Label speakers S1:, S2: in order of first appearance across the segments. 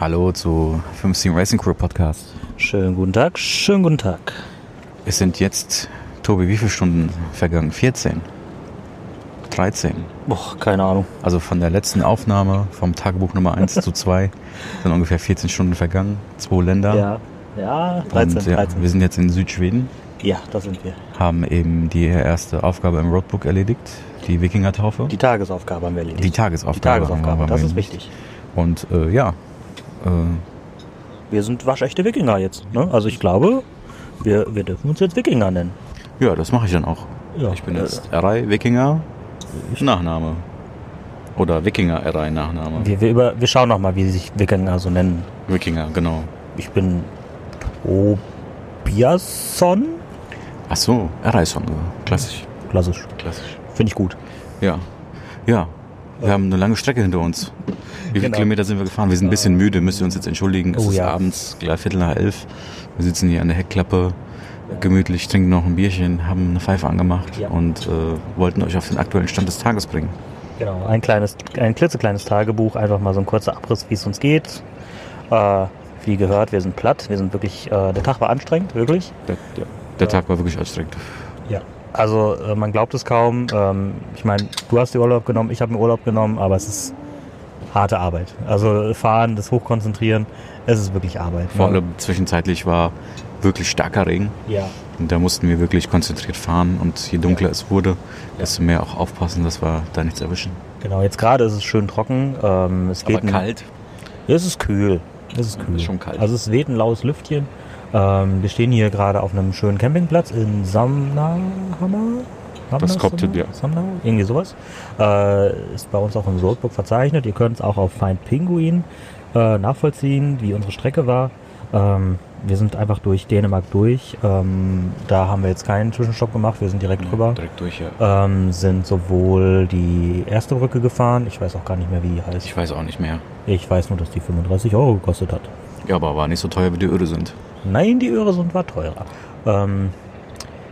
S1: Hallo zu 15 Racing Crew Podcast.
S2: Schönen guten Tag, schönen guten Tag.
S1: Es sind jetzt, Tobi, wie viele Stunden vergangen? 14? 13?
S2: Boah, keine Ahnung.
S1: Also von der letzten Aufnahme, vom Tagebuch Nummer 1 zu 2, sind ungefähr 14 Stunden vergangen. Zwei Länder.
S2: Ja, ja 13,
S1: Und ja,
S2: 13.
S1: wir sind jetzt in Südschweden,
S2: ja, da sind wir.
S1: haben eben die erste Aufgabe im Roadbook erledigt, die Wikingertaufe.
S2: Die Tagesaufgabe haben wir erledigt.
S1: Die Tagesaufgabe
S2: Die
S1: haben wir
S2: Tagesaufgabe, das ist
S1: erledigt.
S2: wichtig.
S1: Und äh, ja, äh,
S2: Wir sind waschechte Wikinger jetzt. Ne? Also ich glaube, wir, wir dürfen uns jetzt Wikinger nennen.
S1: ja, das mache ich dann auch.
S2: Ja,
S1: Ich bin
S2: äh,
S1: jetzt Erei Wikinger, Nachname. Oder Wikinger Erei Nachname.
S2: Wir, wir, über, wir schauen nochmal, wie sich Wikinger so nennen.
S1: Wikinger, genau.
S2: Ich bin Tobiasson.
S1: Ach so, Ereison, äh, klassisch.
S2: Klassisch.
S1: Klassisch.
S2: Finde ich gut.
S1: Ja, ja. Wir haben eine lange Strecke hinter uns. Wie viele
S2: Genau.
S1: Kilometer sind wir gefahren? Wir sind ein bisschen müde, müsst ihr uns jetzt entschuldigen. Es
S2: Oh
S1: ist
S2: ja.
S1: abends, gleich Viertel nach elf. Wir sitzen hier an der Heckklappe, gemütlich, trinken noch ein Bierchen, haben eine Pfeife angemacht
S2: Ja.
S1: und äh, wollten euch auf den aktuellen Stand des Tages bringen.
S2: Genau, ein kleines, ein klitzekleines Tagebuch, einfach mal so ein kurzer Abriss, wie es uns geht. Äh, wie gehört, wir sind platt, wir sind wirklich, äh, der Tag war anstrengend, wirklich.
S1: Der, der, der Tag war wirklich anstrengend.
S2: Ja. Also äh, man glaubt es kaum. Ähm, ich meine, du hast dir Urlaub genommen, ich habe mir Urlaub genommen, aber es ist harte Arbeit. Also fahren, das Hochkonzentrieren, es ist wirklich Arbeit. ne?
S1: Vor allem zwischenzeitlich war wirklich starker Regen.
S2: Ja.
S1: Und da mussten wir wirklich konzentriert fahren und je dunkler es wurde, desto mehr auch aufpassen, dass wir da nichts erwischen.
S2: Genau, jetzt gerade ist es schön trocken. Ähm, es geht
S1: Aber kalt.
S2: Es ist kühl. Es ist kühl.
S1: ist schon kalt.
S2: Also es weht ein laues Lüftchen. Ähm, wir stehen hier gerade auf einem schönen Campingplatz in Samnahammer.
S1: Das kommt hin,
S2: Samna-
S1: ja.
S2: Samna? Irgendwie sowas. Äh, ist bei uns auch im Soldburg verzeichnet. Ihr könnt es auch auf Find Pinguin äh, nachvollziehen, wie unsere Strecke war. Ähm, wir sind einfach durch Dänemark durch. Ähm, da haben wir jetzt keinen Zwischenstopp gemacht. Wir sind direkt rüber
S1: ne? Direkt durch, ja.
S2: ähm, sind sowohl die erste Brücke gefahren, ich weiß auch gar nicht mehr, wie die heißt.
S1: Ich weiß auch nicht mehr.
S2: Ich weiß nur, dass die 35 Euro gekostet hat.
S1: Ja, aber war nicht so teuer, wie die Öre sind.
S2: Nein, die Öresund war teurer. Ähm,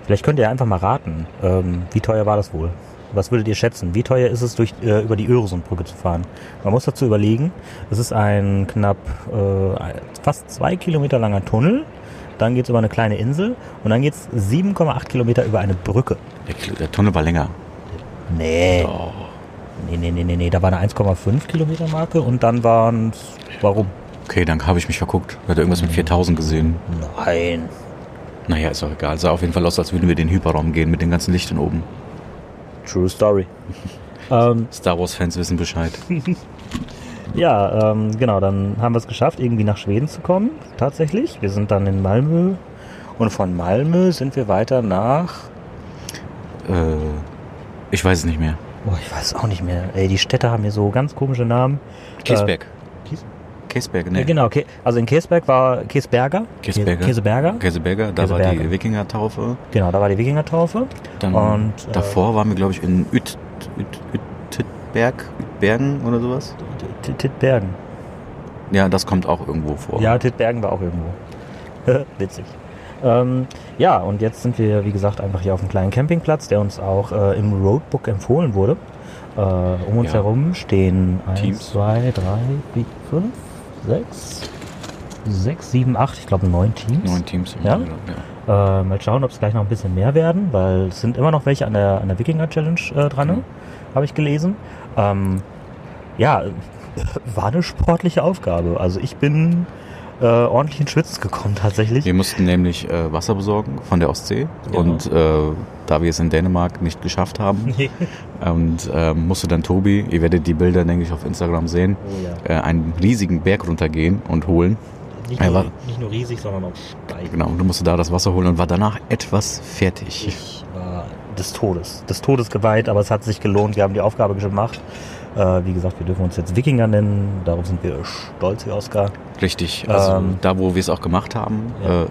S2: vielleicht könnt ihr einfach mal raten, ähm, wie teuer war das wohl? Was würdet ihr schätzen? Wie teuer ist es, durch, äh, über die Öresundbrücke zu fahren? Man muss dazu überlegen, es ist ein knapp äh, fast zwei Kilometer langer Tunnel, dann geht's über eine kleine Insel und dann geht's 7,8 Kilometer über eine Brücke.
S1: Der, Kil- der Tunnel war länger.
S2: Nee.
S1: Oh.
S2: Nee, nee, nee, nee, nee, da war eine 1,5 Kilometer Marke und dann waren warum?
S1: Okay, dann habe ich mich verguckt. Ich hatte irgendwas mit 4000 gesehen.
S2: Nein.
S1: Mhm. Naja, ist auch egal. Sah auf jeden Fall aus, als würden wir den Hyperraum gehen mit den ganzen Lichtern oben.
S2: True Story. ähm,
S1: Star Wars-Fans wissen Bescheid.
S2: ja, ähm, genau, dann haben wir es geschafft, irgendwie nach Schweden zu kommen, tatsächlich. Wir sind dann in Malmö und von Malmö sind wir weiter nach...
S1: äh, ich weiß es nicht mehr.
S2: Boah, ich weiß auch nicht mehr. Ey, die Städte haben hier so ganz komische Namen.
S1: Kiesberg.
S2: Äh, Kies-
S1: Kiesberg,
S2: Ja,
S1: ne?
S2: genau, Ke- also in Käsberg war Käsberger.
S1: Käsberger.
S2: Käseberger.
S1: Käseberger, da war
S2: Käseberger.
S1: die Wikingertaufe.
S2: genau, da war die Wikingertaufe.
S1: Dann
S2: Und, äh,
S1: davor waren wir, glaube ich, in Üt, Üt, Üttitberg, Bergen oder sowas.
S2: T- Tittbergen.
S1: Ja, das kommt auch irgendwo vor.
S2: Ja, Tittbergen war auch irgendwo. Witzig. Ähm, ja, und jetzt sind wir, wie gesagt, einfach hier auf einem kleinen Campingplatz, der uns auch äh, im Roadbook empfohlen wurde. Äh, um uns
S1: Ja.
S2: herum stehen eins,
S1: Teams.
S2: zwei, drei, vier, fünf, sechs, sechs, sieben, acht, ich glaube neun Teams.
S1: Neun Teams. genau,
S2: Ja?
S1: ja.
S2: Äh, mal schauen, ob es gleich noch ein bisschen mehr werden, weil es sind immer noch welche an der, an der Wikinger Challenge äh, dran,
S1: Mhm.
S2: habe ich gelesen. Ähm, ja, war eine sportliche Aufgabe. Also ich bin äh, ordentlich ins Schwitzen gekommen tatsächlich.
S1: Wir mussten nämlich äh, Wasser besorgen von der Ostsee.
S2: Genau.
S1: Und äh, da wir es in Dänemark nicht geschafft haben,
S2: Nee.
S1: und äh, musste dann Tobi, ihr werdet die Bilder, denke ich, auf Instagram sehen,
S2: Oh ja.
S1: äh, einen riesigen Berg runtergehen und holen.
S2: Nicht,
S1: Ja, war-
S2: nur, nicht nur riesig, sondern auch steil.
S1: Genau, und du musste da das Wasser holen und war danach etwas fertig.
S2: Ich war des Todes, des Todes geweiht, aber es hat sich gelohnt. Wir haben die Aufgabe gemacht. Äh, wie gesagt, wir dürfen uns jetzt Wikinger nennen. Darauf sind wir stolz, wie Oskar.
S1: Richtig, also
S2: Ähm,
S1: da, wo wir es auch gemacht haben,
S2: Ja.
S1: äh,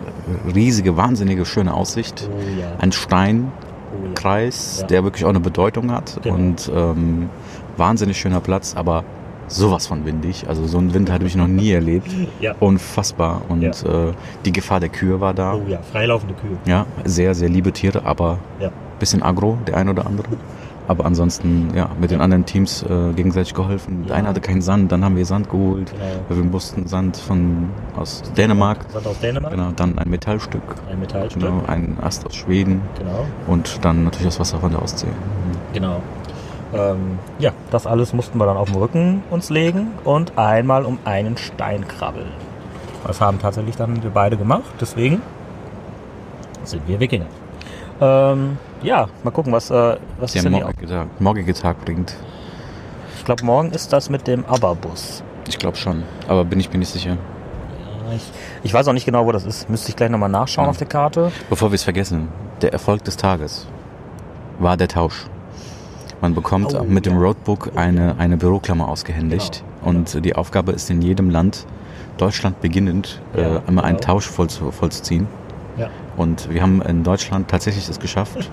S1: riesige, wahnsinnige, schöne Aussicht.
S2: Oh ja.
S1: Ein Steinkreis,
S2: Oh ja. Ja.
S1: der wirklich auch eine Bedeutung hat
S2: Genau.
S1: und ähm, wahnsinnig schöner Platz, aber sowas von windig. Also so einen Wind hatte ich noch nie erlebt.
S2: Ja.
S1: Unfassbar. Und äh, die Gefahr der Kühe war da.
S2: Oh ja, freilaufende Kühe.
S1: Ja, sehr, sehr liebe Tiere, aber
S2: Ja.
S1: bisschen aggro, der ein oder andere. Aber ansonsten, ja, mit den anderen Teams äh, gegenseitig geholfen. Der eine hatte keinen Sand, dann haben wir Sand geholt.
S2: Genau.
S1: Weil wir mussten Sand von, aus Dänemark.
S2: Sand aus Dänemark,
S1: Genau, dann ein Metallstück.
S2: ein Metallstück.
S1: Genau, ein Ast aus Schweden.
S2: Genau,
S1: Und dann natürlich das Wasser von der Ostsee.
S2: genau. Ähm, ja, das alles mussten wir dann auf dem Rücken uns legen und einmal um einen Stein krabbeln. Das haben tatsächlich dann wir beide gemacht, deswegen sind wir Wikinger. Ähm, ja, mal gucken, was, äh, was ist
S1: Der
S2: denn hier?
S1: morgige Tag, morgige Tag bringt.
S2: Ich glaube, morgen ist das mit dem Abba-Bus.
S1: Ich glaube schon. Aber bin ich mir nicht sicher.
S2: Ja, ich, ich weiß auch nicht genau, wo das ist. Müsste ich gleich nochmal nachschauen
S1: Ja.
S2: auf der Karte.
S1: Bevor wir es vergessen, der Erfolg des Tages war der Tausch. Man bekommt
S2: Oh,
S1: mit dem
S2: ja. Genau.
S1: Roadbook eine, eine Büroklammer ausgehändigt und die Aufgabe ist in jedem Land, Deutschland beginnend,
S2: Ja,
S1: äh, einmal einen
S2: genau.
S1: Tausch vollzu, vollzuziehen.
S2: Ja.
S1: Und wir haben in Deutschland tatsächlich es geschafft,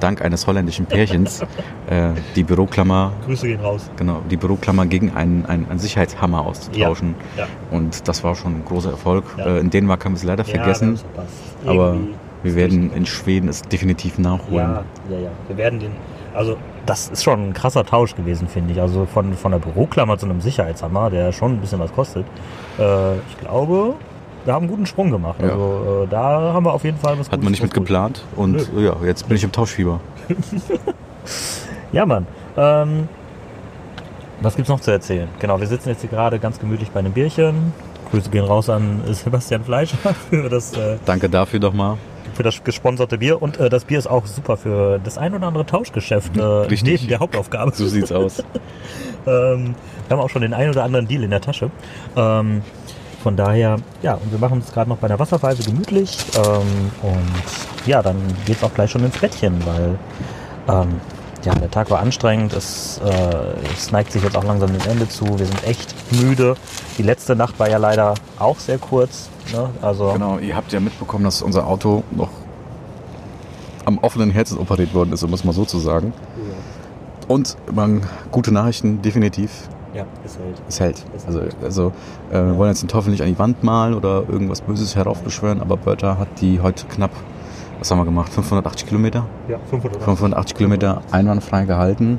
S1: dank eines holländischen Pärchens, äh, die Büroklammer
S2: Grüße gehen raus.
S1: genau, die Büroklammer gegen einen, einen, einen Sicherheitshammer auszutauschen.
S2: Ja,
S1: Und das war schon ein großer Erfolg.
S2: Ja.
S1: Äh, in Dänemark haben wir es leider vergessen. Aber wir werden in Schweden es definitiv nachholen.
S2: Ja, ja, ja. Wir werden den. Also das ist schon ein krasser Tausch gewesen, finde ich. Also von, von der Büroklammer zu einem Sicherheitshammer, der schon ein bisschen was kostet. Äh, ich glaube, wir haben einen guten Sprung gemacht.
S1: Ja.
S2: Also äh, da haben wir auf jeden Fall was
S1: Hat
S2: Gutes
S1: man nicht mit
S2: rausgeholt.
S1: geplant und ja, jetzt bin ich im Tauschfieber.
S2: Ja, Mann. Ähm, was gibt's noch zu erzählen? Genau, wir sitzen jetzt hier gerade ganz gemütlich bei einem Bierchen. Grüße gehen raus an äh, Sebastian Fleischer für das, äh,
S1: Danke dafür doch mal.
S2: für das gesponserte Bier. Und äh, das Bier ist auch super für das ein oder andere Tauschgeschäft äh,
S1: Richtig.
S2: neben der Hauptaufgabe.
S1: So sieht's aus.
S2: Ähm, wir haben auch schon den einen oder anderen Deal in der Tasche. Ähm, von daher, ja, und wir machen uns gerade noch bei einer Wasserpfeife gemütlich. Ähm, und ja, dann geht's auch gleich schon ins Bettchen, weil ähm, ja, der Tag war anstrengend. Es, äh, es neigt sich jetzt auch langsam dem Ende zu. Wir sind echt müde. Die letzte Nacht war ja leider auch sehr kurz. Ne? Also
S1: Genau, ihr habt ja mitbekommen, dass unser Auto noch am offenen Herzen operiert worden ist, um es mal so zu sagen. Und man, gute Nachrichten, definitiv.
S2: ja, ist halt.
S1: Es hält.
S2: Es
S1: Also, also äh, wir wollen jetzt den Teufel nicht an die Wand malen oder irgendwas Böses heraufbeschwören, aber Bertha hat die heute knapp, was haben wir gemacht, 580 Kilometer?
S2: Ja, 500
S1: 580 Kilometer einwandfrei gehalten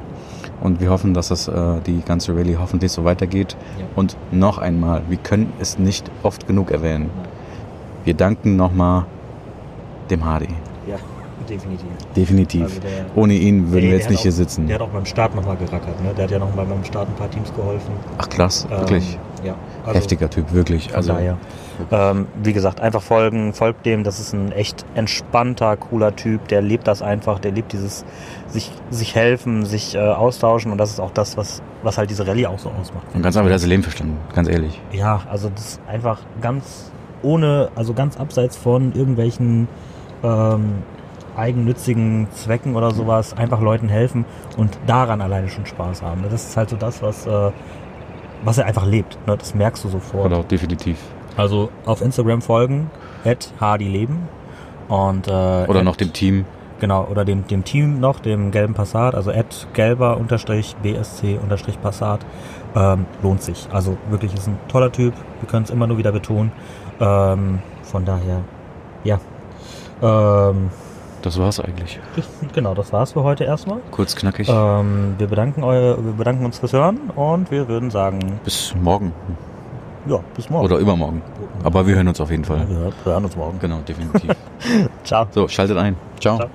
S1: und wir hoffen, dass das äh, die ganze Rallye hoffentlich so weitergeht.
S2: Ja.
S1: Und noch einmal, wir können es nicht oft genug erwähnen. Wir danken nochmal dem Hardy.
S2: Ja, definitiv.
S1: Definitiv.
S2: Also der-
S1: Ohne ihn würden
S2: Der-
S1: wir
S2: der
S1: jetzt
S2: hat
S1: nicht
S2: auch-
S1: hier sitzen.
S2: Der hat auch beim Start nochmal gerackert. Ne? Der hat ja nochmal beim Start ein paar Teams geholfen.
S1: Ach krass,
S2: Ähm,
S1: wirklich.
S2: Ja. Also,
S1: Heftiger Typ, wirklich.
S2: Also,
S1: Also
S2: daher. Ähm, wie gesagt, einfach folgen, folgt dem. Das ist ein echt entspannter, cooler Typ. Der lebt das einfach. Der lebt dieses sich, sich helfen, sich äh, austauschen. Und das ist auch das, was, was halt diese Rallye auch so ausmacht.
S1: und ganz einfach, der hat sein Leben verstanden, ganz ehrlich.
S2: Ja, also das ist einfach ganz ohne, also ganz abseits von irgendwelchen ähm, eigennützigen Zwecken oder sowas, einfach Leuten helfen und daran alleine schon Spaß haben. Das ist halt so das, was, äh, was er einfach lebt. Ne? Das merkst du sofort.
S1: Genau, definitiv.
S2: Also auf Instagram folgen, at hardyleben. Und, äh,
S1: Oder
S2: at-
S1: noch dem Team.
S2: Genau, oder dem, dem Team noch, dem gelben Passat, also at gelber unterstrich BSC unterstrich Passat. Ähm, lohnt sich. Also wirklich ist ein toller Typ. Wir können es immer nur wieder betonen. Ähm, von daher, ja. Ähm,
S1: Das war's eigentlich. Äh,
S2: genau, das war's für heute erstmal.
S1: Kurz knackig.
S2: Ähm, wir, bedanken eu wir bedanken uns fürs Hören und wir würden sagen,
S1: Bis morgen
S2: ja, bis morgen.
S1: oder übermorgen. Aber wir hören uns auf jeden Fall.
S2: wir hören uns morgen.
S1: Genau, definitiv.
S2: Ciao.
S1: So, schaltet ein. Ciao.
S2: Ciao.